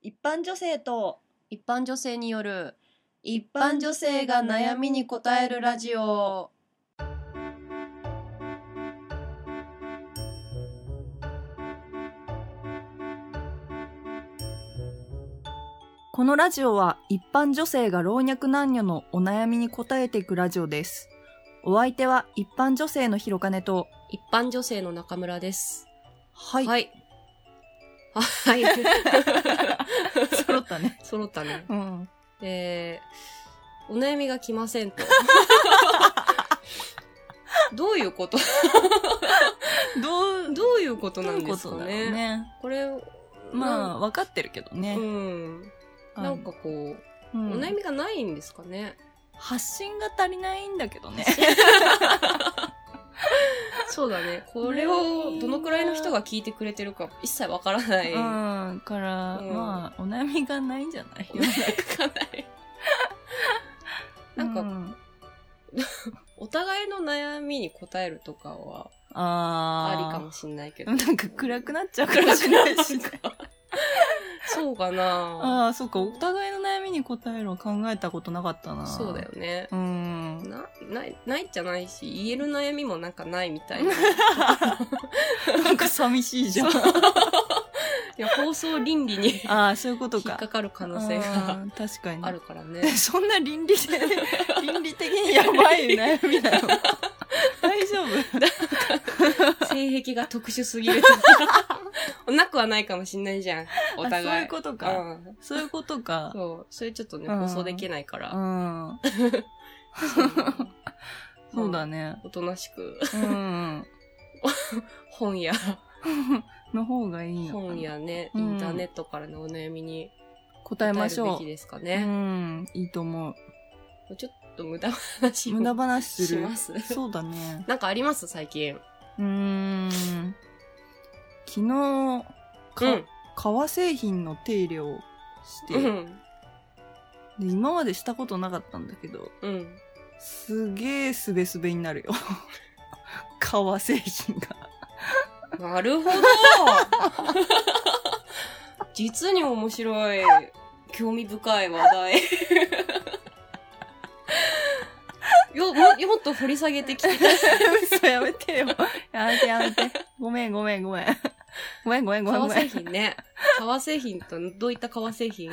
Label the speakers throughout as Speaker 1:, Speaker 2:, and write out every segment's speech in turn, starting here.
Speaker 1: 一般女性と
Speaker 2: 一般女性による
Speaker 1: 一
Speaker 2: 一般女性が悩みに答えるラジオ
Speaker 3: このラジオは一般女性が老若男女のお悩みに答えていくラジオです。お相手は一般女性のひろかねと、
Speaker 2: 一般女性の中村です
Speaker 3: は、
Speaker 2: はいいはい
Speaker 3: 揃ったね。
Speaker 2: 揃ったね
Speaker 3: うん。
Speaker 2: えー、お悩みが来ませんと どういうこと
Speaker 3: どう、
Speaker 2: どういうこと
Speaker 3: ど
Speaker 2: な
Speaker 3: うい
Speaker 2: ん
Speaker 3: う
Speaker 2: で
Speaker 3: こ
Speaker 2: す
Speaker 3: と
Speaker 2: か
Speaker 3: だろう
Speaker 2: ね
Speaker 3: ね。
Speaker 2: これ
Speaker 3: まあ、
Speaker 2: あ
Speaker 3: わかってるけどね
Speaker 2: う。ん
Speaker 3: あの
Speaker 2: なんか、
Speaker 3: う
Speaker 2: こう、
Speaker 3: ん
Speaker 2: お悩みがないんですかね
Speaker 3: 発信が足りないんだけど ね。
Speaker 2: そうだねこれをどのくらいの人が聞いてくれてるか一切わからな
Speaker 3: う
Speaker 2: い、
Speaker 3: ん。から、
Speaker 2: うん
Speaker 3: まあ、お悩みがないんじゃない
Speaker 2: なんかない。なんか
Speaker 3: うん
Speaker 2: お互いの悩みに答えるとかはあり
Speaker 3: あ
Speaker 2: か
Speaker 3: ー
Speaker 2: もしんないけど。
Speaker 3: なんか暗くなっちゃうかもしれないし。
Speaker 2: そうかな
Speaker 3: ああ、そうか。お互いの悩みに答えるは考えたことなかったな。
Speaker 2: そうだよ。ね
Speaker 3: う。 ん。
Speaker 2: な、ない、ないじゃないし、言える悩みもなんかないみ たいな。い
Speaker 3: なんか寂しいじゃん。
Speaker 2: や、放送倫理に引
Speaker 3: ああ、そういうこと
Speaker 2: っ
Speaker 3: か。
Speaker 2: かかる可能性
Speaker 3: あ
Speaker 2: が
Speaker 3: ー確かに。
Speaker 2: あるからね。
Speaker 3: そんな倫理で、倫理的にやばい悩み だよ。大丈夫
Speaker 2: 性癖が特殊すぎる。 なくはないかもしんないじゃん。お互い。
Speaker 3: あそういうことか
Speaker 2: うん
Speaker 3: そういうことか。
Speaker 2: そう。それちょっとね、
Speaker 3: うん
Speaker 2: 放送できないか
Speaker 3: う
Speaker 2: ら。
Speaker 3: ん。 そうだね。
Speaker 2: おとなしく、
Speaker 3: うん。
Speaker 2: 本や、
Speaker 3: の方がいいのかな
Speaker 2: 本やね、
Speaker 3: う
Speaker 2: イ
Speaker 3: ん
Speaker 2: ンターネットからのお悩みに
Speaker 3: 答えまし
Speaker 2: 答える
Speaker 3: ょ
Speaker 2: べきですか
Speaker 3: う。う
Speaker 2: ね。
Speaker 3: ん。いいと思う。
Speaker 2: ちょっと無駄話を
Speaker 3: 無駄話す
Speaker 2: し
Speaker 3: る
Speaker 2: ま。す。
Speaker 3: そうだね。
Speaker 2: なんかあります最近。
Speaker 3: うーん。昨日、
Speaker 2: う
Speaker 3: か
Speaker 2: ん。
Speaker 3: 革製品の手入れをして、
Speaker 2: うん。
Speaker 3: で今までしたことなかったんだけど、
Speaker 2: うん。
Speaker 3: すげえすべすべになるよ。 革製品が。
Speaker 2: なる ほど実に面白い、興味深い話題。 よ、も、もっと掘り下げて聞きたい。
Speaker 3: 嘘やめてよ。やめてやめて。ごめんごめんごめん。ごめんごめんごめんごめ
Speaker 2: 革製
Speaker 3: ん。
Speaker 2: 品ね。革製品と、どういった革 製品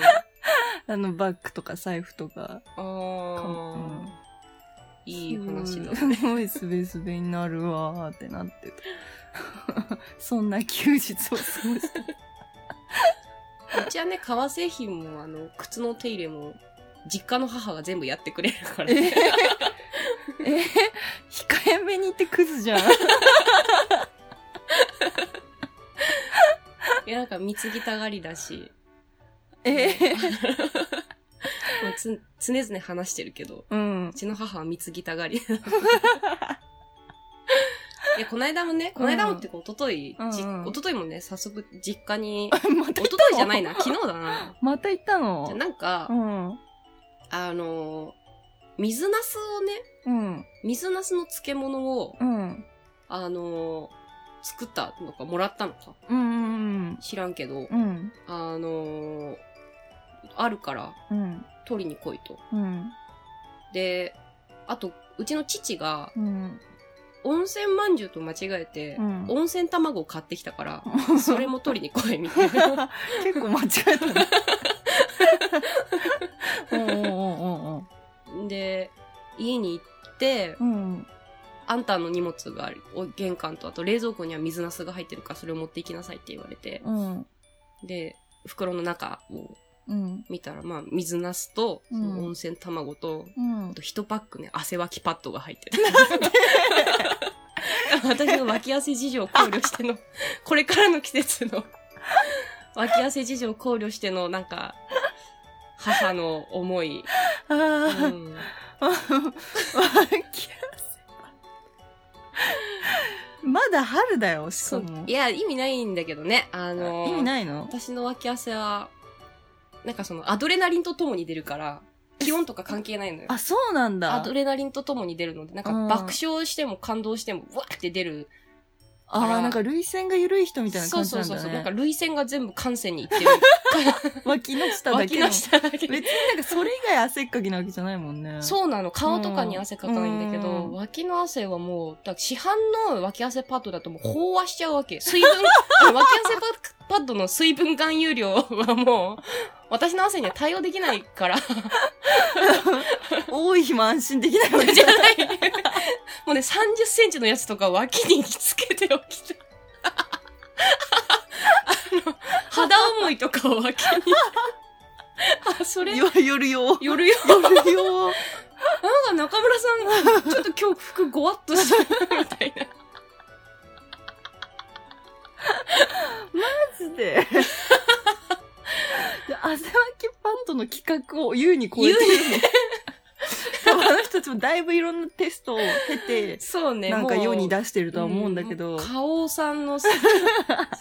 Speaker 3: あのバッグとか財布とか。
Speaker 2: あー
Speaker 3: うん
Speaker 2: いい話だ。
Speaker 3: すごいすべすべになるわーってなってた。 そんな休日を過ごした。
Speaker 2: うちはね、革製品も、あの、靴の手入れも、実家の母が全部やってくれるから、
Speaker 3: えー
Speaker 2: ね。
Speaker 3: えー、控えめに言ってクズじゃん。
Speaker 2: いや、なんか貢ぎたがりだし、
Speaker 3: えー、
Speaker 2: もうつ常々話してるけど、
Speaker 3: うん
Speaker 2: う。ちの母は貢ぎたがり。いや、この間もね、この間もっていうか、おととい、
Speaker 3: うん
Speaker 2: じ
Speaker 3: うん
Speaker 2: おとといもね、早速実家に、
Speaker 3: また
Speaker 2: おとといじゃないな、昨日だな。
Speaker 3: また行ったの
Speaker 2: じゃなんか、
Speaker 3: うん。
Speaker 2: あのー、水ナスをね、
Speaker 3: うん。
Speaker 2: 水ナスの漬物を、
Speaker 3: うん。
Speaker 2: あのー、作ったのか、もらったのか、
Speaker 3: うん。
Speaker 2: 知らんけど、
Speaker 3: うん。
Speaker 2: あのーあるから
Speaker 3: うん。
Speaker 2: 取りに来いと。
Speaker 3: うん。
Speaker 2: で、あと、うちの父が
Speaker 3: うん。
Speaker 2: 温泉まんじゅうと間違えて、
Speaker 3: うん
Speaker 2: 温泉卵を買ってきたから、それも取りに来いみたいな。
Speaker 3: 結構間違えたね。う んうん
Speaker 2: で、家に行って、
Speaker 3: うんうん。うん。
Speaker 2: あんたの荷物がある、お玄関とあと冷蔵庫には水なすが入ってるからそれを持っていきなさいって言われて、
Speaker 3: うん。
Speaker 2: で、袋の中を
Speaker 3: うん。
Speaker 2: 見たら、まあ、水なすと、そ
Speaker 3: うん
Speaker 2: の温泉卵と、
Speaker 3: うん
Speaker 2: あ。と1パックね、汗わきパッドが入ってた。 私の脇汗事情を考慮 しての、これからの季節の、脇汗事情を考慮しての、なんか、母の 思い。
Speaker 3: あ
Speaker 2: う
Speaker 3: あ。
Speaker 2: ん、
Speaker 3: わきまだ春だよ、し
Speaker 2: そ
Speaker 3: か
Speaker 2: う
Speaker 3: も
Speaker 2: い。や、意味ないんだけどね。あの
Speaker 3: 意味ないの
Speaker 2: 私の脇汗は、なんかその、アドレナリンとともに出るから、気温とか関係ないのよ。
Speaker 3: あ、そうなん
Speaker 2: ア
Speaker 3: だ
Speaker 2: ド。レナリンとともに出るので、なんか
Speaker 3: うん
Speaker 2: 爆笑しても感動しても、わーって出る
Speaker 3: あ
Speaker 2: から
Speaker 3: あ、なんか涙腺が緩い人みたいな
Speaker 2: そ
Speaker 3: 感
Speaker 2: う
Speaker 3: じ
Speaker 2: そ
Speaker 3: な
Speaker 2: うんそう
Speaker 3: だ
Speaker 2: そう。なんか
Speaker 3: ね。
Speaker 2: 涙腺が全部汗腺にいってる。
Speaker 3: 脇の下だ
Speaker 2: 脇
Speaker 3: けの。
Speaker 2: の
Speaker 3: 別
Speaker 2: 下だけ。
Speaker 3: になんかそれ以外汗っかきなわけじゃないもんね。
Speaker 2: そうなの。顔とかに汗かかないんだけど、
Speaker 3: うん
Speaker 2: 脇の汗はもう、だから市販の脇汗パッドだともう飽和しちゃうわけ。水分、 あの脇汗パパッドの水分含有量はもう、 私の汗には対応できないから、
Speaker 3: 多い日も安心できないわけ
Speaker 2: じゃない。もうね、30センチのやつとか脇につけておきたい。 あの、肌思いとかを脇に。 あ、 それ、
Speaker 3: よ夜用。
Speaker 2: 夜よ。
Speaker 3: 夜用。
Speaker 2: なんか中村さん、ちょっと今日服ごわっとしてるみたいな。
Speaker 3: マジ で。で汗わきパッドの企画を優に超えてるね。多分あの人たちもだいぶいろんなテストを経て、
Speaker 2: そうね。
Speaker 3: なんか
Speaker 2: もう
Speaker 3: 世に出してるとは思うんだけど、
Speaker 2: う花王さん の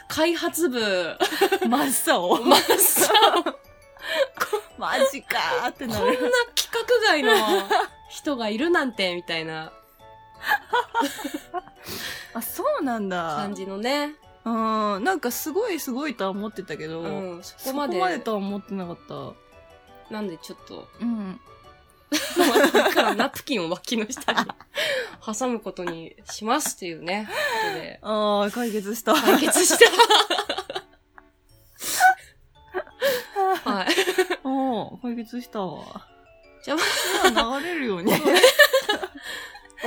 Speaker 2: 開発部、
Speaker 3: 真っ青。
Speaker 2: マッサーこ
Speaker 3: マジかーって
Speaker 2: ん
Speaker 3: な
Speaker 2: な
Speaker 3: る。
Speaker 2: 規格外の人がいるなんて、みたいな
Speaker 3: あ、そうなんだ
Speaker 2: 感。じのね。
Speaker 3: うん、なんかすごいすごいとは思ってたけど、
Speaker 2: うん、そ
Speaker 3: そ
Speaker 2: こ
Speaker 3: こま
Speaker 2: ま
Speaker 3: で
Speaker 2: で。
Speaker 3: とは思ってなかった。
Speaker 2: なんでちょっと、
Speaker 3: うん。
Speaker 2: だから ナプキンを脇の下に挟むことにしますっていうね、ことで。
Speaker 3: ああ、解決した。
Speaker 2: 解決 した。はい。
Speaker 3: おー解決したわ。
Speaker 2: じゃあ
Speaker 3: あ、流れるよね。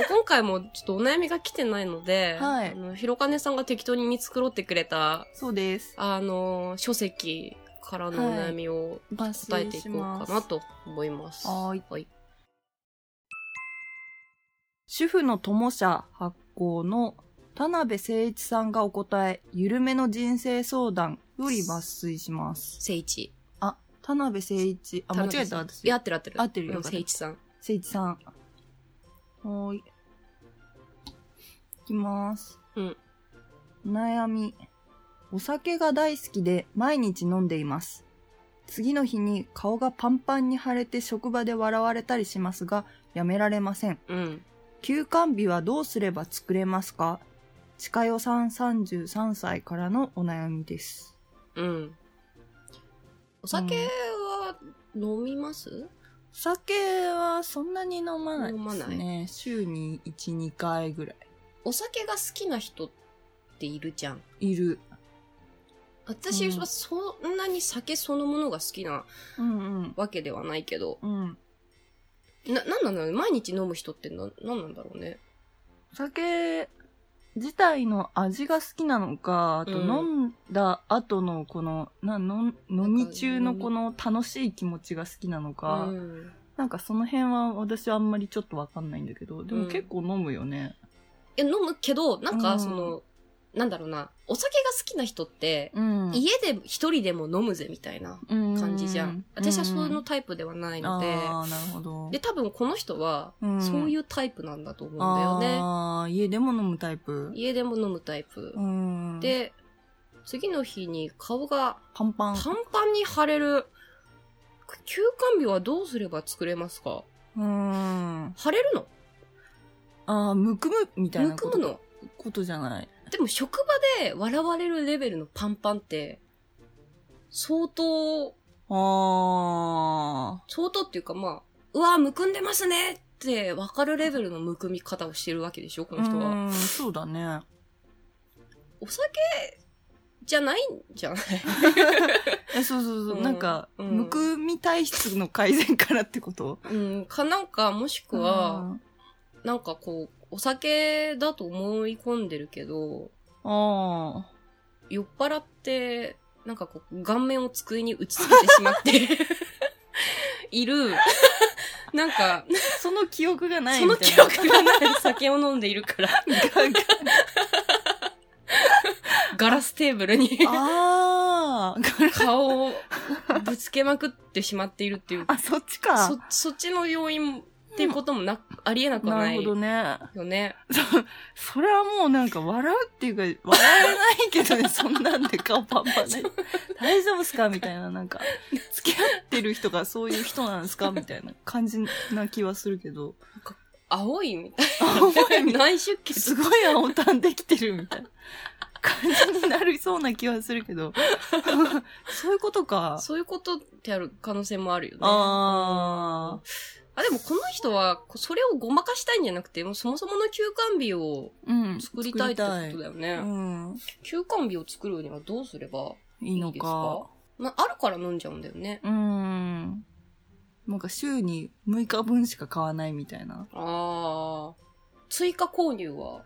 Speaker 2: 今回もちょっとお悩みが来てないので、
Speaker 3: はい
Speaker 2: あの、ひろかねさんが適当に見繕ってくれた、
Speaker 3: そうです。
Speaker 2: あの、書籍からのお悩みを
Speaker 3: バス
Speaker 2: 答えていこうかなと思います。。
Speaker 3: はい
Speaker 2: はい。
Speaker 3: 主婦の友社発行の田辺誠一さんがお答え、ゆるめの人生相談より抜粋します。
Speaker 2: 聖一。
Speaker 3: あ、田辺誠一。あ、間違えた私。
Speaker 2: いや、合ってる合ってる。
Speaker 3: 合ってるよ
Speaker 2: うん聖一さん。
Speaker 3: 誠一さん。はーい。いきます。
Speaker 2: うん。
Speaker 3: お悩み。お酒が大好きで毎日飲んでいます。次の日に顔がパンパンに腫れて職場で笑われたりしますが、やめられません。
Speaker 2: うん。
Speaker 3: 休館日はどうすれば作れますかちかよさん33歳からのお悩みです。
Speaker 2: うん。お酒は飲みます
Speaker 3: お酒はそんなに飲まないですね。
Speaker 2: 飲まな
Speaker 3: 週に1、2回ぐらい。
Speaker 2: お酒が好きな人っているじゃん。
Speaker 3: いる。
Speaker 2: 私
Speaker 3: うん
Speaker 2: はそんなに酒そのものが好きな
Speaker 3: うんうん。
Speaker 2: わけではないけど、
Speaker 3: うん。
Speaker 2: な、なんなんだろうね毎日飲む人ってな、なんなんだろうね。
Speaker 3: お酒自体の味が好きなのか、あと
Speaker 2: うん
Speaker 3: 飲んだ後のこの、な、のん飲み中の
Speaker 2: なんか
Speaker 3: この楽しい気持ちが好きなの
Speaker 2: う
Speaker 3: か、
Speaker 2: ん。
Speaker 3: なんかその辺は私はあんまりちょっとわかんないんだけど、で
Speaker 2: う
Speaker 3: も
Speaker 2: ん
Speaker 3: 結構飲むよね。
Speaker 2: え、飲むけど、なん
Speaker 3: う
Speaker 2: か
Speaker 3: ん
Speaker 2: その、なんだろうな、お酒が好きな人って、
Speaker 3: うん
Speaker 2: 家で一人でも飲むぜみたいな感
Speaker 3: 感
Speaker 2: じじゃん。私はそういうのタイプではないので、
Speaker 3: ああ、なるほど。
Speaker 2: で、多分この人は、
Speaker 3: うん
Speaker 2: そういうタイプなんだと思うんだよね。
Speaker 3: ああ、家でも飲むタイプ。
Speaker 2: 家でも飲むタイプ
Speaker 3: う。ん。、
Speaker 2: で、次の日に顔が
Speaker 3: パンパン。
Speaker 2: パンパンに腫れる。休館日はどうすれば作れますか
Speaker 3: うん。あ
Speaker 2: 腫れるの
Speaker 3: あ、むくむみたいな
Speaker 2: む
Speaker 3: こ
Speaker 2: く
Speaker 3: と
Speaker 2: むの
Speaker 3: ことじゃない。
Speaker 2: でも職場で笑われるレベルのパンパンって、相当、
Speaker 3: ああ。
Speaker 2: 相当っていうかまあ、うわーむくんでますねってわかるレベルのむくみ方をしてるわけでしょこの人は。
Speaker 3: うん、そうだね。
Speaker 2: お酒じゃないんじ ゃない
Speaker 3: えそうそうそう。
Speaker 2: うん
Speaker 3: なんか、
Speaker 2: うん
Speaker 3: むくみ体質の改善からってこと
Speaker 2: うん、かなんかもしくは、、なんかこう、お酒だと思い込んでるけど、
Speaker 3: ああ
Speaker 2: 酔っ払って、なんかこう、顔面を机に打ちつけてしま って、いる、なんか、
Speaker 3: ー。その記憶がない
Speaker 2: そ
Speaker 3: み
Speaker 2: の
Speaker 3: たい
Speaker 2: 記
Speaker 3: な。
Speaker 2: 憶がない酒を飲んでいるから、 ガラステーブルに
Speaker 3: ああ。
Speaker 2: 顔をぶつけまくってしまっているっていう、
Speaker 3: あ、そっちか。
Speaker 2: そ、そっちの要因っていうこともな、ありえなくは
Speaker 3: な
Speaker 2: な
Speaker 3: る
Speaker 2: い
Speaker 3: ほどね。
Speaker 2: よね。
Speaker 3: そ、それはもうなんか笑うっていうか、笑えないけ どね、そんなんで顔パンパンで。大丈夫っすかみたいな、なんか、 付き合ってる人がそういう人なんですかみたいな感じな気はするけど。
Speaker 2: 青いみたい
Speaker 3: 青いみ
Speaker 2: な。
Speaker 3: たい
Speaker 2: 内出血。
Speaker 3: すごい青たんできてるみたいな感じになりそうな気はするけ どそういうことか
Speaker 2: そういうことってやる可能性もあるよね。
Speaker 3: あ
Speaker 2: あ、でもこの人は、こそれをごまかしたいんじゃなくて、もうそもそもの休館日を
Speaker 3: あうん
Speaker 2: 作りたいってことだよね。
Speaker 3: うん
Speaker 2: 休館日を作るにはどうすれば
Speaker 3: いいの
Speaker 2: いいです
Speaker 3: か
Speaker 2: かなあるから飲んじゃうんだよね。
Speaker 3: うんなんか週に6日分しか買わないみたいな
Speaker 2: ああ。追加購入は、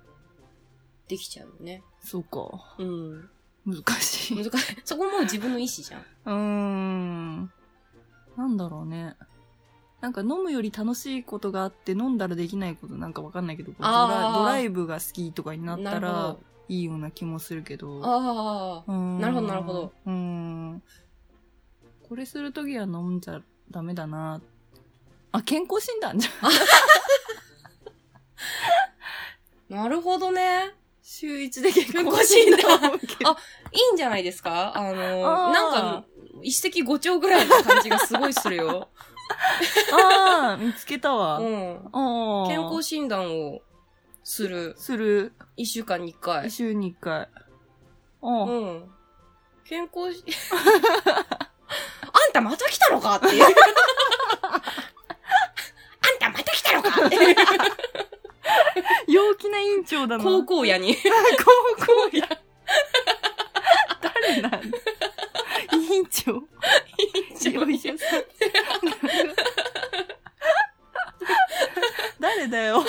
Speaker 2: できちゃうよね。
Speaker 3: そうか
Speaker 2: うん。
Speaker 3: 難しい
Speaker 2: 難しい。 そこも自分の意思じゃん。
Speaker 3: うーんなんだろうねなんか飲むより楽しいことがあって飲んだらできないことなんかわかんないけどこうド
Speaker 2: あ
Speaker 3: ラ
Speaker 2: ー
Speaker 3: ドライブが好きとかになった
Speaker 2: る
Speaker 3: ら
Speaker 2: ほど
Speaker 3: いいような気もするけど
Speaker 2: ああ。な
Speaker 3: な
Speaker 2: るほどなるほど。
Speaker 3: うーん。これするときは飲んじゃダメだな。あ、健康診断じゃん。
Speaker 2: なるほどね。
Speaker 3: 週一で健
Speaker 2: 康診断
Speaker 3: を受ける
Speaker 2: あいいんじゃないですか
Speaker 3: あ
Speaker 2: あの
Speaker 3: ー
Speaker 2: なんか、一石五鳥ぐらいの感じがすごいするよ。
Speaker 3: あー、見つけた
Speaker 2: う
Speaker 3: わ。
Speaker 2: ん。
Speaker 3: あー
Speaker 2: 健康診断をする。
Speaker 3: する。
Speaker 2: 一週間に一回。
Speaker 3: 週に一回。あー
Speaker 2: うん。健康し、 あんたまた来たのかって いう。あんたまた来たのかっていう。
Speaker 3: 陽気な院長だな。
Speaker 2: 高校野 に。
Speaker 3: 高校
Speaker 2: 野。
Speaker 3: 誰なん だ院長。お医者さん。誰だ よ。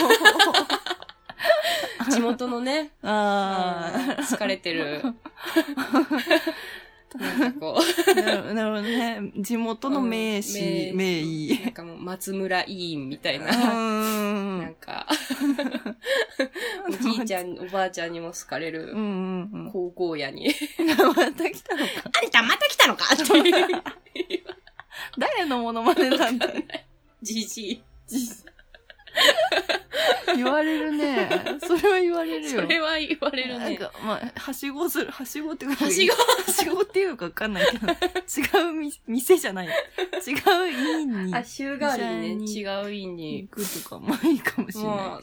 Speaker 2: 地元のね、
Speaker 3: ああ。
Speaker 2: 疲れてる。なんかこう。
Speaker 3: なる なるほどね。地元の名士、
Speaker 2: うん
Speaker 3: 名
Speaker 2: な
Speaker 3: 医。
Speaker 2: んかもう松村委員みたいうな。
Speaker 3: ー
Speaker 2: なん
Speaker 3: ん。
Speaker 2: か、おじいちゃん、おばあちゃんにも好かれ
Speaker 3: う
Speaker 2: る
Speaker 3: んうんうん。
Speaker 2: 高校野に。
Speaker 3: また来たのか。
Speaker 2: あんたまた来たのかっていう。
Speaker 3: 誰のモノマネなんだ
Speaker 2: じじい。
Speaker 3: 言われる ね。それは言われる
Speaker 2: そ
Speaker 3: よ。
Speaker 2: れは言われる
Speaker 3: なん
Speaker 2: ね。
Speaker 3: か、まあ、はしごする、はしごっていうか、
Speaker 2: はしご
Speaker 3: はしごっていうかわかんないけど、違うみ店じゃない。違う院に
Speaker 2: あ、週替わりにね、
Speaker 3: 医
Speaker 2: 違う院に
Speaker 3: 行。くとかもいいかもしれ
Speaker 2: も
Speaker 3: な
Speaker 2: う、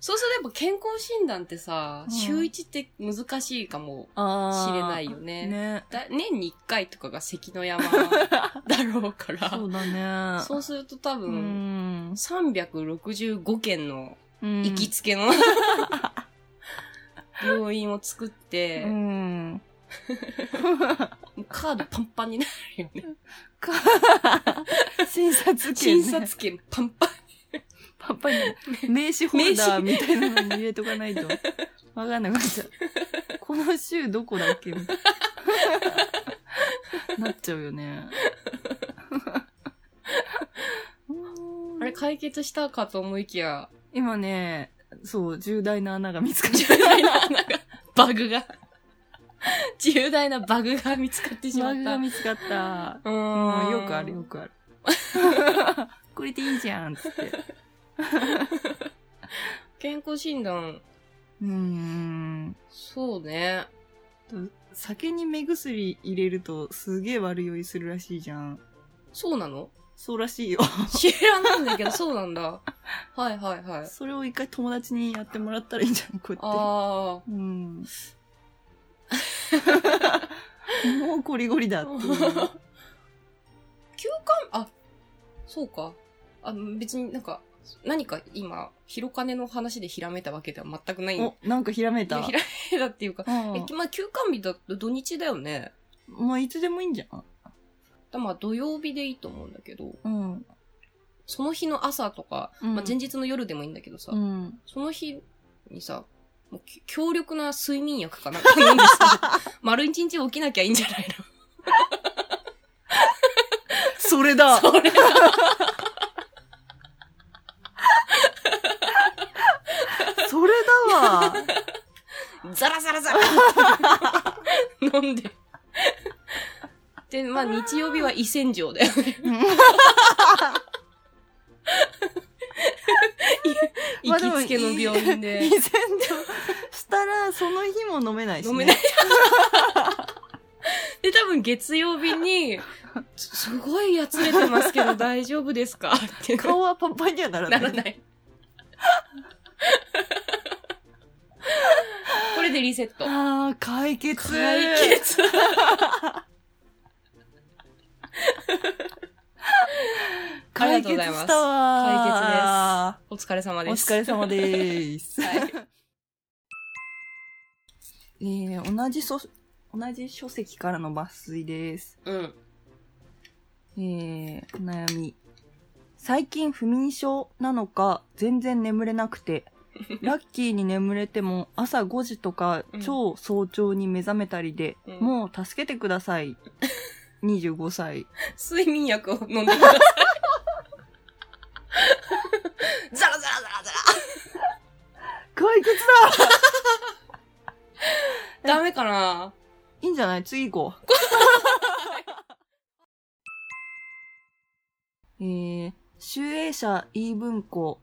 Speaker 2: そうするとやっぱ健康診断ってさ、
Speaker 3: うん
Speaker 2: 週1って難しいかも
Speaker 3: い。
Speaker 2: しれない
Speaker 3: よ
Speaker 2: よね。
Speaker 3: ね。
Speaker 2: だ年に1回とかが関 の山だろうから、
Speaker 3: そ
Speaker 2: そう
Speaker 3: うだね。
Speaker 2: すると多
Speaker 3: う
Speaker 2: 分、
Speaker 3: ん。
Speaker 2: 365件の
Speaker 3: うん
Speaker 2: 行き つけの、病院を作って
Speaker 3: う、ん。
Speaker 2: もうカードパンパンになるよね。
Speaker 3: か診察券、ね。
Speaker 2: 診察券パンパン。
Speaker 3: パパに名刺ホルダーみたいなのに入れとかない と。わかんなくなっちゃう。この週どこだっけみたい な。なっちゃうよね。うーん
Speaker 2: あれ解決したかと思いきや、
Speaker 3: 今ね、そう、重大な穴が見つかっ
Speaker 2: 重
Speaker 3: た。
Speaker 2: 大な、なんか、バグが、重大なバグが見つかってしま
Speaker 3: バ
Speaker 2: っ
Speaker 3: グ
Speaker 2: た。
Speaker 3: が見つかった。
Speaker 2: う
Speaker 3: うんん、よくある、よ。くある。 これでいいじゃん、つって。
Speaker 2: 健康診断、
Speaker 3: うーん。
Speaker 2: そうね。
Speaker 3: 酒に目薬入れるとすげえ悪酔いするらしいじゃん。
Speaker 2: そうな の
Speaker 3: そうらしいよ。
Speaker 2: 知らないんだけど、そうなんだ。はいはい はい。
Speaker 3: それを一回友達にやってもらったらいいんじゃないこうやって。
Speaker 2: あ
Speaker 3: うん。もうゴリゴリだ
Speaker 2: あ。
Speaker 3: っていう。
Speaker 2: 休館、あ、そうか。あ別になんか、何か今、広金の話でひらめいたわけでは全くない。
Speaker 3: お、なんかひらめいた。
Speaker 2: ひらめいたっていうか、
Speaker 3: うん
Speaker 2: え、まあ、休館日だと土日だよね。
Speaker 3: もういつでもいいんじゃん。
Speaker 2: だまあ土曜日でいいと思うんだけど、
Speaker 3: うん。
Speaker 2: その日の朝とか、
Speaker 3: うん
Speaker 2: まあ前日の夜でもいいんだけどさ、
Speaker 3: うん。
Speaker 2: その日にさ、もうき強力な睡眠薬かなんか飲んで さ、丸一日起きなきゃいいんじゃない
Speaker 3: それだ
Speaker 2: のそれ
Speaker 3: それだわ
Speaker 2: ザラザラザラ 飲んで。で、まあ日曜日は胃洗浄 だよね。行きつけの病院
Speaker 3: 以
Speaker 2: で
Speaker 3: 前。としたら、その日も飲めないし、ね。
Speaker 2: 飲めない。で、多分月曜日に、すすごいやつれてますけど大丈夫ですかって。
Speaker 3: 顔はパンパンにはならな。
Speaker 2: ないらない。これでリセット。
Speaker 3: ああ、解決。
Speaker 2: 解決。あり
Speaker 3: 解
Speaker 2: がとう
Speaker 3: 決
Speaker 2: ございます
Speaker 3: したわ
Speaker 2: お疲れ様
Speaker 3: ー。
Speaker 2: です。
Speaker 3: お疲れ様です。
Speaker 2: はい。
Speaker 3: えー、同じそ、同じ書籍からの抜粋です。
Speaker 2: うん。
Speaker 3: えー、お悩み。最近不眠症なのか、全然眠れなく て、ラッキーに眠れても朝5時とか
Speaker 2: うん
Speaker 3: 超早朝に目覚めたりで、
Speaker 2: うん
Speaker 3: もう助けてくださ い。25歳。
Speaker 2: 睡眠薬を飲んでください。ザラザラザラザ
Speaker 3: 解決だ
Speaker 2: ラ。ダメかない
Speaker 3: いんじゃない次行こう。えー、集英社 E 文庫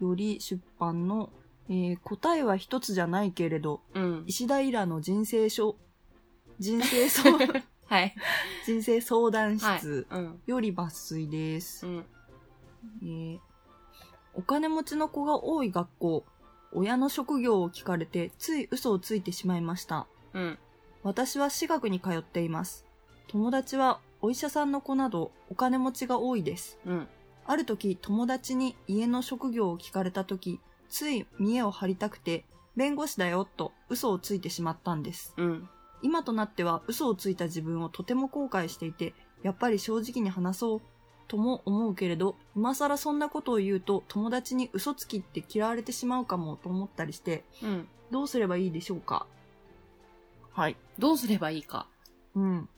Speaker 3: より出版の、えー答えは一つじゃないけれど、
Speaker 2: うん。
Speaker 3: 石田イラの人生書、人生 相
Speaker 2: はい。
Speaker 3: 人生相談
Speaker 2: はい。
Speaker 3: 室
Speaker 2: うん。
Speaker 3: より抜粋です、
Speaker 2: うん。
Speaker 3: えーお金持ちの子が多い学校、親の職業を聞かれてつい嘘をついてしまいました。
Speaker 2: うん。
Speaker 3: 私は私学に通っています。友達はお医者さんの子などお金持ちが多いです。
Speaker 2: うん。
Speaker 3: ある時友達に家の職業を聞かれた時、つい見栄を張りたくて、弁護士だよと嘘をついてしまったんです。
Speaker 2: うん。
Speaker 3: 今となっては嘘をついた自分をとても後悔していて、やっぱり正直に話そうとも思うけれど、今更そんなことを言うと友達に嘘つきって嫌われてしまうかもと思ったりして、
Speaker 2: うん。
Speaker 3: どうすればいいでしょうかはい。
Speaker 2: どうすればいいか。
Speaker 3: うん。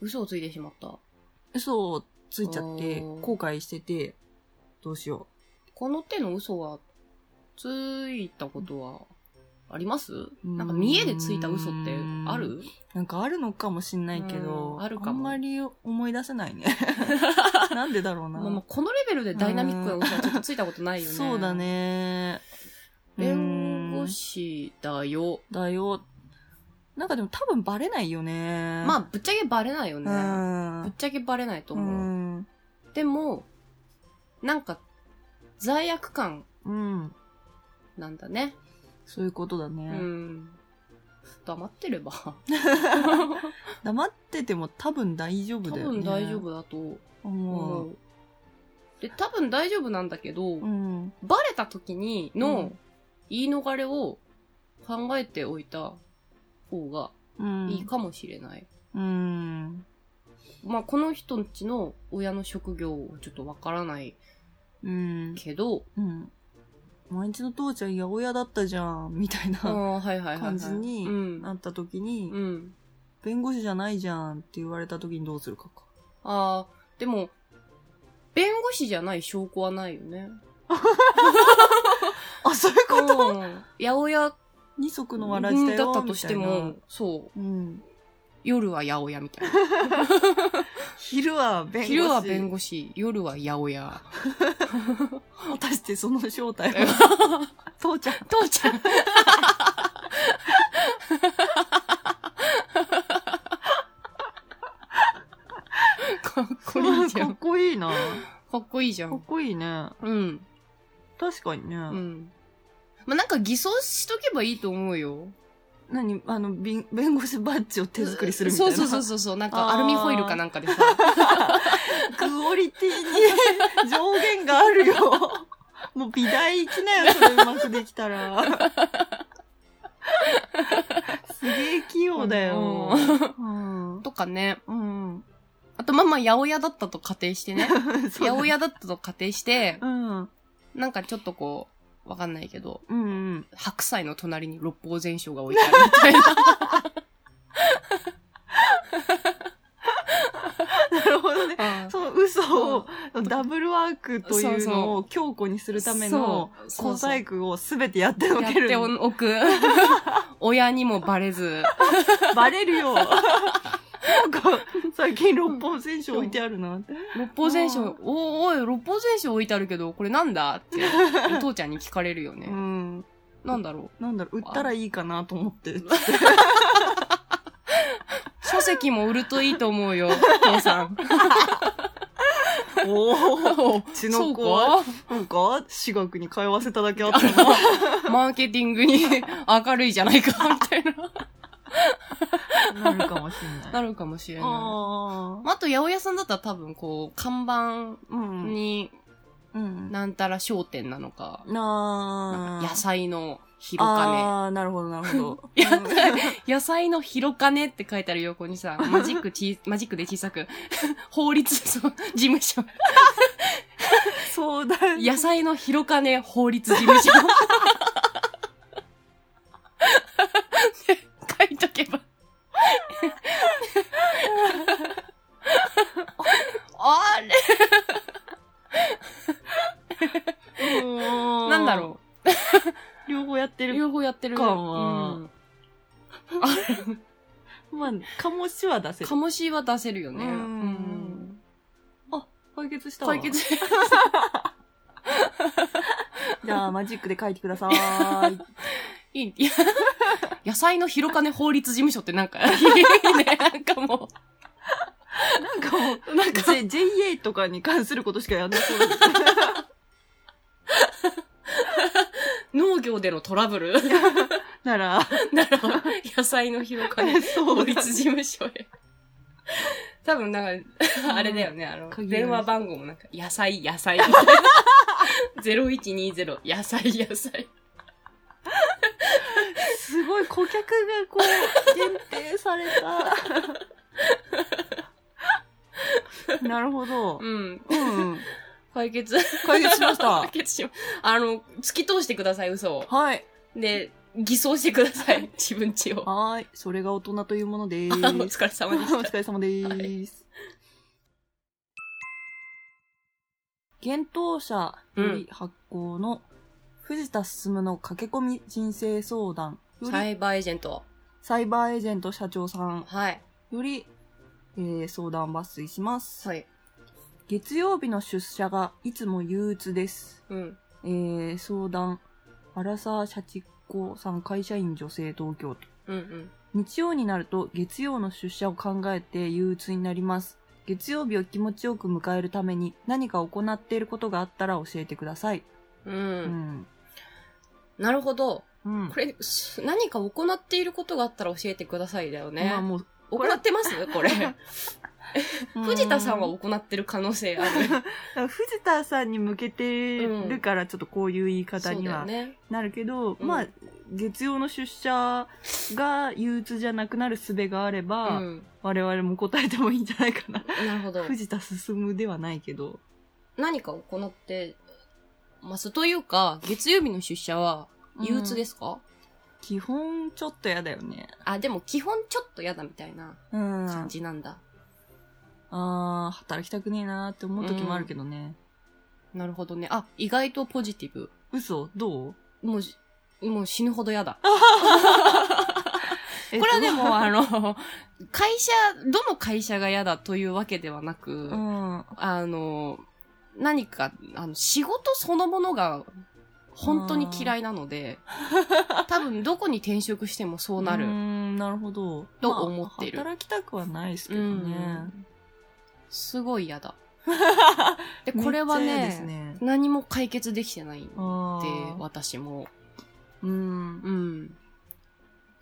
Speaker 2: 嘘をついてしまった。
Speaker 3: 嘘をついちゃって
Speaker 2: おー
Speaker 3: 後悔しててどうしよ
Speaker 2: この手の嘘は、ついたことは、あります
Speaker 3: ーん
Speaker 2: なんか見栄でついた嘘ってある
Speaker 3: うなんかあるのかもしんないけど
Speaker 2: うんあるかも
Speaker 3: んまり思い出せない ねなんでだろうな、
Speaker 2: まあまあ、このレベルでダイナミックな嘘はちょっとついたことないよね。
Speaker 3: そうだ。ね
Speaker 2: 弁護
Speaker 3: う
Speaker 2: 士だよ。
Speaker 3: ーんだよなんかでも多分バレないよね
Speaker 2: まあ、ぶっちゃけバレないよね。
Speaker 3: あ
Speaker 2: ぶっちゃけバレないと
Speaker 3: う
Speaker 2: 思う。
Speaker 3: ん
Speaker 2: でも、なんか、罪悪感
Speaker 3: うん
Speaker 2: なんだね。
Speaker 3: そういうことだ
Speaker 2: う
Speaker 3: ね、
Speaker 2: ん。黙ってれば。
Speaker 3: 黙ってても多分大丈
Speaker 2: 多
Speaker 3: 夫だよね
Speaker 2: 分大丈夫だと思
Speaker 3: 思う
Speaker 2: う。で、多分大丈夫なんだけど、
Speaker 3: うん
Speaker 2: バレた時に
Speaker 3: う
Speaker 2: の
Speaker 3: ん
Speaker 2: 言い逃れを考えておいた方が
Speaker 3: うん
Speaker 2: いいかもしれない。
Speaker 3: うん
Speaker 2: まあ、この人んちの親の職業をちょっとわからない
Speaker 3: うん
Speaker 2: けど、
Speaker 3: うん。毎日の父ちゃん、八百屋だったじゃん、みたい
Speaker 2: あ
Speaker 3: な
Speaker 2: あはいはいはいはい。
Speaker 3: 感じに
Speaker 2: うん。
Speaker 3: なった時に、
Speaker 2: うん。
Speaker 3: 弁護士じゃないじゃんって言われた時にどうするかか。
Speaker 2: ああ、でも、弁護士じゃない証拠はないよね。
Speaker 3: あ、そういう
Speaker 2: う
Speaker 3: こ
Speaker 2: ん。
Speaker 3: と
Speaker 2: 八百屋
Speaker 3: 二足のわらじだ
Speaker 2: だ
Speaker 3: よ。
Speaker 2: ったとして
Speaker 3: みたいな
Speaker 2: も、そう。
Speaker 3: うん。
Speaker 2: 夜は八百屋みたいな。
Speaker 3: 昼は弁護士。
Speaker 2: 昼は 弁護士、夜は八百
Speaker 3: 士。
Speaker 2: 屋。
Speaker 3: 果たしてその正体は、父ちゃん。
Speaker 2: 父ちゃん。 かっこいいじゃ
Speaker 3: か
Speaker 2: ん
Speaker 3: っ。こいいな。
Speaker 2: かっこいいじゃ
Speaker 3: かっ
Speaker 2: ん。
Speaker 3: こいいね。
Speaker 2: うん。
Speaker 3: 確かにね。
Speaker 2: うん。まあ、なんか偽装しとけばいいと思うよ。
Speaker 3: 何あの、びん弁護士バッジを手作りするみたいな。
Speaker 2: そうそう
Speaker 3: そ
Speaker 2: そうそう。なんか
Speaker 3: あー
Speaker 2: アルミホイルかなんかでさ。
Speaker 3: う。 クオリティに上限があるよ。もう美大行きなよ、それうまくできたら。すげえ器用だよ。うん。
Speaker 2: とかね。
Speaker 3: うん。
Speaker 2: あと、まあまあ、八百屋だったと仮定してね。
Speaker 3: そう
Speaker 2: 八
Speaker 3: だ
Speaker 2: 百屋だったと仮定して、
Speaker 3: うん。うん
Speaker 2: なんかちょっとこう、わかんないけど、
Speaker 3: うん。
Speaker 2: 白菜の隣に六法全書が置いてあるみたいな。
Speaker 3: なるほどね。
Speaker 2: あ ー
Speaker 3: その嘘を、ダブルワークというのを強固にするための小
Speaker 2: そうそう
Speaker 3: 細工をすべてやってお
Speaker 2: やっ
Speaker 3: け
Speaker 2: て
Speaker 3: る。
Speaker 2: おく。親にもバレず。
Speaker 3: バレるよ。なんか、最近六本選手置いてあるなって。
Speaker 2: 六法全
Speaker 3: あ
Speaker 2: 書
Speaker 3: ー、
Speaker 2: おおい、六法全書置いてあるけど、これなんだって、お父ちゃんに聞かれるよ
Speaker 3: う
Speaker 2: ね。
Speaker 3: ん。
Speaker 2: なんだろ
Speaker 3: なんだろう、売ったらいいかなと思って。
Speaker 2: う。書石も売るといいと思う よ、父さ ん。
Speaker 3: おーちの子は
Speaker 2: そう
Speaker 3: なんか、私学に通わせただけあったな。
Speaker 2: かマーケティングに明るいじゃないか、みたいな。
Speaker 3: なるかもしんない。
Speaker 2: な
Speaker 3: る
Speaker 2: るかもしれな
Speaker 3: あ
Speaker 2: い。まああと、八百屋さんだったら多分、こう、看板
Speaker 3: ーうん。
Speaker 2: に、
Speaker 3: うん。
Speaker 2: なんたら商店なのか、なん
Speaker 3: な
Speaker 2: か野菜の広金。
Speaker 3: ああー、なるほど、なるほ ど。
Speaker 2: 野菜、野菜の広金って書いてある横にさ、マジックち、マジックで小 さく、法律、そう事務所。
Speaker 3: そうだね。
Speaker 2: 野菜の広金法律事務所。って 書いとけば。あれ
Speaker 3: な
Speaker 2: なんだろ
Speaker 3: う。 両方やって
Speaker 2: う
Speaker 3: る。
Speaker 2: 両方やってる。
Speaker 3: かも
Speaker 2: うん
Speaker 3: まあ、かもしは出せる。
Speaker 2: かもしは出せるよね。
Speaker 3: う
Speaker 2: うん
Speaker 3: ん。あ、解決したわ。
Speaker 2: 解決。
Speaker 3: じゃあ、マジックで書いてくださーい。
Speaker 2: いいいや野菜の広金法律事務所ってなんか、いいね。なんかも
Speaker 3: なんかもう、
Speaker 2: う、なんか
Speaker 3: J- JA とかに関することしかやんなそうだね
Speaker 2: 農業でのトラブル
Speaker 3: なら、
Speaker 2: なら、野菜の広金
Speaker 3: そ
Speaker 2: 法
Speaker 3: うだ
Speaker 2: 律事務所へ。多分なんか、あれだよね、あの、
Speaker 3: 限られる
Speaker 2: 電話番号もなんか、野菜、野 菜。0120、野菜、野菜。
Speaker 3: すごい顧客がこう、限定され た。なるほど。
Speaker 2: うん。
Speaker 3: うん。
Speaker 2: 解決。
Speaker 3: 解決しました
Speaker 2: 解。決しまあの、突き通してください、嘘を。
Speaker 3: はい。
Speaker 2: で、偽装してくだ さい、自分ちを。
Speaker 3: はーい。それが大人というもので
Speaker 2: お
Speaker 3: ーす。
Speaker 2: 疲れ様で
Speaker 3: お
Speaker 2: し
Speaker 3: 疲れ様でーす。検討者より発行の藤田進の駆け込み人生相談
Speaker 2: た。
Speaker 3: よ
Speaker 2: サ
Speaker 3: り
Speaker 2: イバーエージェント。
Speaker 3: サイバーエージェント社長さん
Speaker 2: はい。
Speaker 3: より、えー相談抜粋します。
Speaker 2: はい。
Speaker 3: 月曜日の出社がいつも憂鬱です。
Speaker 2: うん。
Speaker 3: えー相談。アラサー社畜子さん会社員女性東京都。
Speaker 2: うんうん。
Speaker 3: 日曜になると月曜の出社を考えて憂鬱になります。月曜日を気持ちよく迎えるために何か行っていることがあったら教えてください。
Speaker 2: う。
Speaker 3: うんん。
Speaker 2: なるほど。
Speaker 3: うん。
Speaker 2: これ、す何か行っていることがあったら教えてくださいだよね
Speaker 3: まあ。もう、
Speaker 2: 行ってますこれ。藤田さんは
Speaker 3: うん
Speaker 2: 行ってる可能性あ る。
Speaker 3: 藤田さんに向けてるからちょっとこういう言い方
Speaker 2: そう
Speaker 3: に
Speaker 2: だよ
Speaker 3: は
Speaker 2: ね。
Speaker 3: なるけど、
Speaker 2: うん
Speaker 3: まあ月曜の出社が憂鬱じゃなくなる術があれ
Speaker 2: う
Speaker 3: ば、
Speaker 2: ん。
Speaker 3: 我々も答えてもいいんじゃないかな
Speaker 2: なるほど。
Speaker 3: 藤田進ではないけど、
Speaker 2: 何か行ってますというか、月曜日の出社は憂鬱ですすか、
Speaker 3: うん基本ちょっとやだよね
Speaker 2: あ、でも基本ちょっと嫌だみたいな
Speaker 3: うんあ
Speaker 2: 感じなんだ。
Speaker 3: あー働きたくねえなーって思う時もあるけどね、
Speaker 2: なるほどね。あ、意外とポジティブ。
Speaker 3: 嘘どう
Speaker 2: もうし、もう死ぬほど嫌だ。
Speaker 3: こ
Speaker 2: これはで も、あの、会社、どの会社が嫌だというわけではなく、
Speaker 3: うん
Speaker 2: あの、何か、あの、仕事そのものが本当に嫌いなので、多分どこに転職してもそうなる。
Speaker 3: うーんなるほど
Speaker 2: と思ってる
Speaker 3: まあ働きたくはないですけどね、
Speaker 2: うんすごい 嫌だ。で、
Speaker 3: めっちゃ
Speaker 2: これは
Speaker 3: 嫌で
Speaker 2: ね
Speaker 3: すね
Speaker 2: 何も解決できてないんで、
Speaker 3: あー
Speaker 2: 私も。
Speaker 3: うん。
Speaker 2: うん。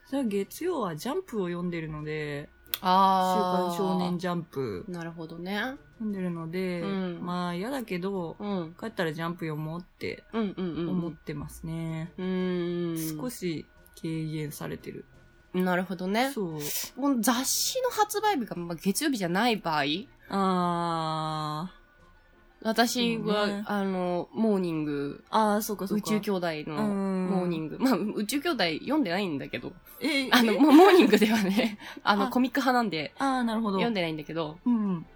Speaker 3: それは月曜はジャンプを読んでるので、週
Speaker 2: ああ。
Speaker 3: 刊少年ジャンプ
Speaker 2: なるほどね。
Speaker 3: 読んでるので、
Speaker 2: うん
Speaker 3: まあ嫌だけど、
Speaker 2: うん。
Speaker 3: 帰ったらジャンプ読もうって
Speaker 2: うんうんうん。
Speaker 3: 思ってますね。
Speaker 2: うーん。
Speaker 3: 少し軽減されてる。
Speaker 2: なるほどね。
Speaker 3: そう。
Speaker 2: この雑誌の発売日が、まあ、月曜日じゃない場合、
Speaker 3: あー。
Speaker 2: 私
Speaker 3: そ
Speaker 2: は、
Speaker 3: うね
Speaker 2: あの、モーニング、
Speaker 3: あー、そうかそう
Speaker 2: 宇
Speaker 3: か。
Speaker 2: 宙兄弟
Speaker 3: う
Speaker 2: の
Speaker 3: ん。
Speaker 2: モーニ
Speaker 3: グ。
Speaker 2: ング。まあ、宇宙兄弟読んでないんだけど。
Speaker 3: え、
Speaker 2: あ
Speaker 3: あ
Speaker 2: の、
Speaker 3: の、
Speaker 2: まあ、モーニングではね、あの、
Speaker 3: あ
Speaker 2: コミック派なんで、
Speaker 3: あー、なるほど。
Speaker 2: 読んでないんだけど、
Speaker 3: うん。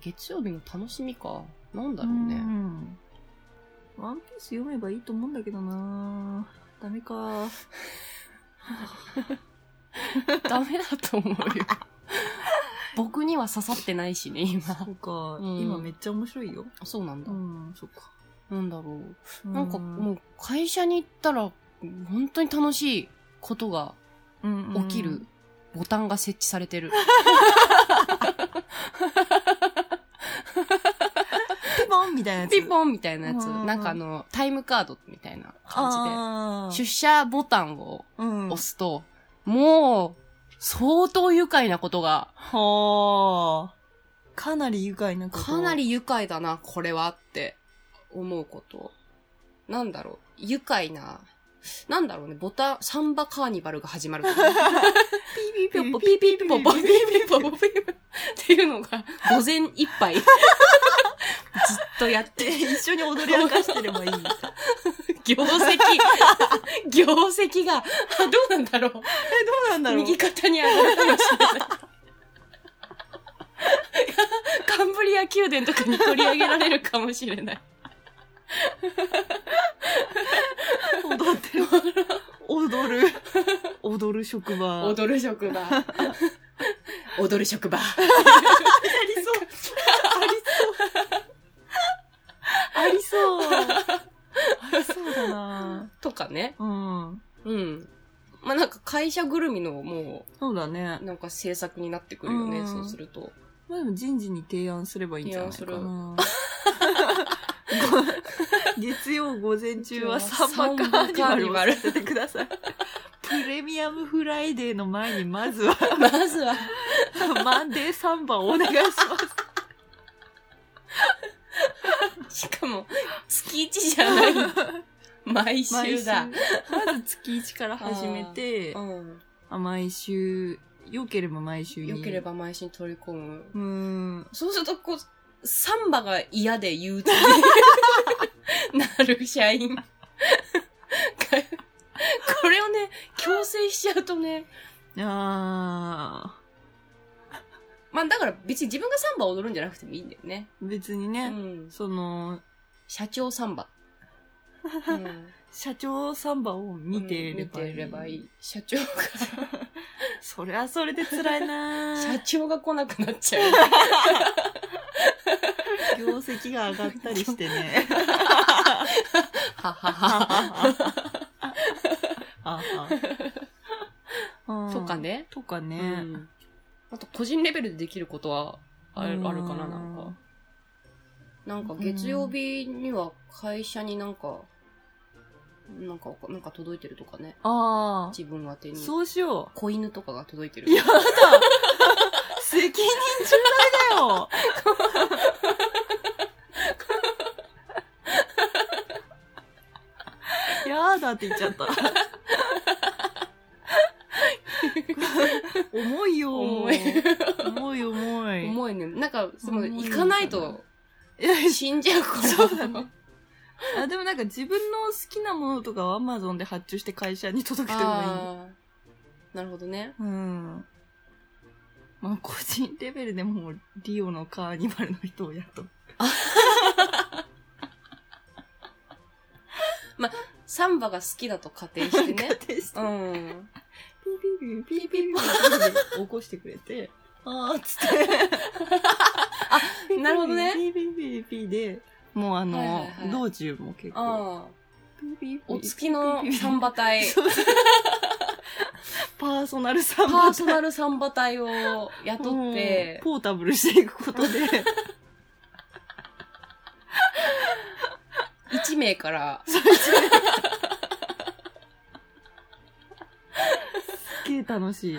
Speaker 2: 月曜日の楽しみか。なんだ
Speaker 3: う
Speaker 2: ろうね。
Speaker 3: ん。ワンピース読めばいいと思うんだけどなダメ か。
Speaker 2: ダメだと思うよ。僕には刺さってないしね、今
Speaker 3: そ。うか、
Speaker 2: ん
Speaker 3: 今めっちゃ面白いよ。
Speaker 2: そうなんだ
Speaker 3: う。ん、そっか。
Speaker 2: なんだろう。なんか
Speaker 3: うん
Speaker 2: もう会社に行ったら、本当に楽しいことが起きるボタンが設置されてる。
Speaker 3: ピポンみたいなやつ。
Speaker 2: ピ
Speaker 3: ン
Speaker 2: ポンみたいなやつ。
Speaker 3: うんうん
Speaker 2: なんかあの、タイムカードみたいな感
Speaker 3: あ
Speaker 2: じ
Speaker 3: ー
Speaker 2: で、出社ボタンを
Speaker 3: うん。
Speaker 2: 押すと、もう、相当愉快なことが、
Speaker 3: はあ。かなり愉快なこと。
Speaker 2: かな。り愉快だな、これはって思うこと。なんだろう、愉快な、なんだろうね、ボタン、サンバカーニバルが始ま る。ピーピーピョッポ、ピーピーピョッポ、ピーピーピョッポ、ピーピーピョッポっていうのが、午前いっぱ い、ずっとやって、
Speaker 3: 一緒に踊り明かしてれ ばいい。え、
Speaker 2: 業績、業績が、あどうなんだろう。
Speaker 3: どう なんだろう
Speaker 2: 右肩に上がるかもしれない。カンブリア宮殿とかに取り上げられるかもしれない。
Speaker 3: 踊って る。踊る。踊る職場。
Speaker 2: 踊る職 場。踊る 職場。
Speaker 3: りそう。あり そう。ありそう。ありそうだな
Speaker 2: とかね。
Speaker 3: うん。
Speaker 2: うん。まあ、なんか会社ぐるみのも
Speaker 3: そうだね
Speaker 2: う、。なんか制作になってくるよね、
Speaker 3: うん
Speaker 2: そうすると。
Speaker 3: まあでも人事に提案すればいいんじゃないか
Speaker 2: 提
Speaker 3: な。ご 月曜午前中はサンバカーニバルをさせてください。プレミアムフライデーの前にまずは
Speaker 2: まずは、
Speaker 3: マンデーサンバをお願いします。
Speaker 2: しかも、月一じゃ ない。毎
Speaker 3: 毎
Speaker 2: 週
Speaker 3: 週。
Speaker 2: だ
Speaker 3: ま。ず月1から始めて
Speaker 2: う、ん。
Speaker 3: あ毎週、良ければ毎週に。
Speaker 2: 良けれ。ば毎週に取り込む。
Speaker 3: うーん。
Speaker 2: そうすると、こう、サンバが嫌で憂 鬱になる社員。 これをね、強制しちゃうとね、
Speaker 3: あ
Speaker 2: まあだから別に自分がサンバを踊るんじゃなくてもいいんだよね。
Speaker 3: ー、別に
Speaker 2: う
Speaker 3: ね、
Speaker 2: ん。
Speaker 3: その、
Speaker 2: 社長サンバ。うん
Speaker 3: 社長サンバを見ていればいい。
Speaker 2: 見てればいい。社長が、
Speaker 3: それはそれで辛いな
Speaker 2: 社
Speaker 3: ぁ
Speaker 2: 長が来なくなっちゃう。
Speaker 3: 業績が上がったりしてね。
Speaker 2: はは
Speaker 3: あ
Speaker 2: は。
Speaker 3: はは
Speaker 2: とか。ね。
Speaker 3: とか
Speaker 2: う
Speaker 3: ね。
Speaker 2: ん。あと個人レベルでできることはある
Speaker 3: うん
Speaker 2: あるかな、なんか。。なんか月曜日には会社になんか、なんかわか、なんか届いてるとかね。
Speaker 3: あ
Speaker 2: 自分宛て
Speaker 3: あ、
Speaker 2: に。
Speaker 3: そうしよ
Speaker 2: 子犬とかが届いてる
Speaker 3: う。。やだ責任重大だよやだって言っちゃった。重いよ。
Speaker 2: 重い。
Speaker 3: 重い重い。
Speaker 2: 重いね。なんか、その、
Speaker 3: 重いのか
Speaker 2: 行
Speaker 3: な
Speaker 2: かないと
Speaker 3: いや
Speaker 2: 死んじゃうから。
Speaker 3: そうだねあでもなんか自分の好きなものとかを Amazon で発注して会社に届けてもいい。
Speaker 2: あーなるほどね。
Speaker 3: うん。まあ個人レベルでもうリオのカーニバルの人を雇う。
Speaker 2: サンバが好きだと仮定してね。
Speaker 3: 仮定して
Speaker 2: うん。
Speaker 3: ピーピーピーピーピーピー起こしてくれて、あーっつって。あ
Speaker 2: なるほどね
Speaker 3: ピーピーピーピーで、もうあの、
Speaker 2: はいはいはい
Speaker 3: 道中も結構。
Speaker 2: ああ。
Speaker 3: ピーピーピー
Speaker 2: お月の サンバ隊。
Speaker 3: そうそうパーソナルサ
Speaker 2: パ
Speaker 3: ンバ
Speaker 2: ーソナルサンバ隊を雇っ
Speaker 3: う
Speaker 2: て
Speaker 3: ん、ポータブルしていくことで、
Speaker 2: 1名から、
Speaker 3: すげえ楽しい。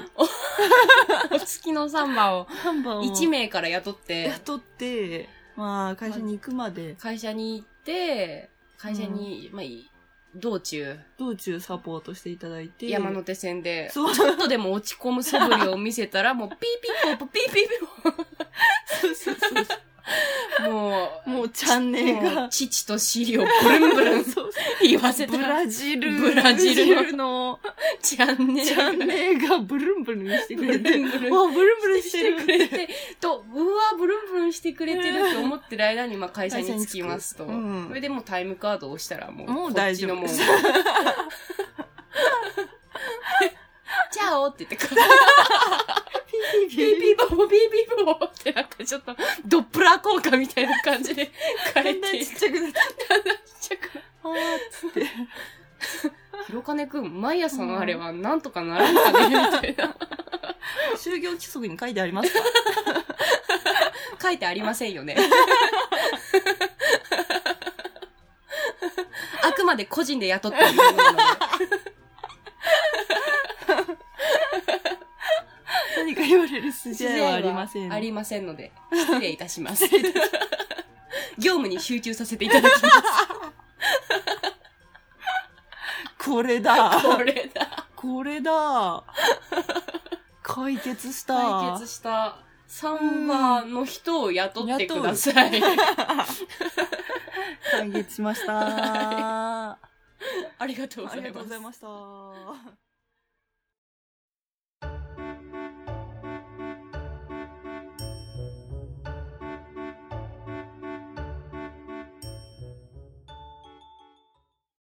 Speaker 2: お月のサンバを
Speaker 3: サンバを
Speaker 2: 1名から雇って、
Speaker 3: 雇って、まあ、会社に行くまで、
Speaker 2: 会社に行って、会社に、まあいい、道中、
Speaker 3: 道中サポートしていただいて、
Speaker 2: 山手線で、ち
Speaker 3: そう
Speaker 2: ょっとでも落ち込む素振りを見せたら、もうピーピーポーポーピーピー
Speaker 3: そうそうそう
Speaker 2: ピーもう、
Speaker 3: もうチャンネル
Speaker 2: も
Speaker 3: が
Speaker 2: う、父と尻をブルンブルン
Speaker 3: そう
Speaker 2: 言わせた
Speaker 3: ブ
Speaker 2: ら、
Speaker 3: ラジル、
Speaker 2: ブラジル
Speaker 3: の
Speaker 2: のチャンネル
Speaker 3: チャンネルがブルンブルンして
Speaker 2: ブ
Speaker 3: く
Speaker 2: ル
Speaker 3: れ
Speaker 2: ン
Speaker 3: て、
Speaker 2: ブルン。
Speaker 3: おブルンブルンし
Speaker 2: してて
Speaker 3: る
Speaker 2: くれて、と、うわ、ブルンブルンしてくれてるって思ってる間に、まあ会社に着きますと。
Speaker 3: 会社に着くうん
Speaker 2: それでもうタイムカードを押したら、もう、
Speaker 3: もう大丈夫
Speaker 2: こっちのもう、チャオって言っ
Speaker 3: ピ
Speaker 2: て、ピーピーボー、ピーピーボーってなんかちょっと、ドップラー効果みたいな感じで
Speaker 3: だ
Speaker 2: 帰
Speaker 3: ん
Speaker 2: っ
Speaker 3: だんち
Speaker 2: てい
Speaker 3: っ
Speaker 2: く。
Speaker 3: ちゃくなって、あーっつって。
Speaker 2: ひろかねくん、毎朝のあれはなんとかならんかねみたいな。
Speaker 3: 就業規則に書いてありますか
Speaker 2: 書いてありませんよね。あくまで個人で雇っているものなので。
Speaker 3: 何か言われる筋合いはありません。
Speaker 2: ありませんので、失礼いたします。 業務に集中させていただ きま
Speaker 3: これだ
Speaker 2: す。これだ。
Speaker 3: これだ解決した
Speaker 2: 解決したサンバの人を雇ってください。
Speaker 3: 解決しましたあ
Speaker 2: ありがとうござ
Speaker 3: りが
Speaker 2: い
Speaker 3: とうご
Speaker 2: ます
Speaker 3: ざい。ました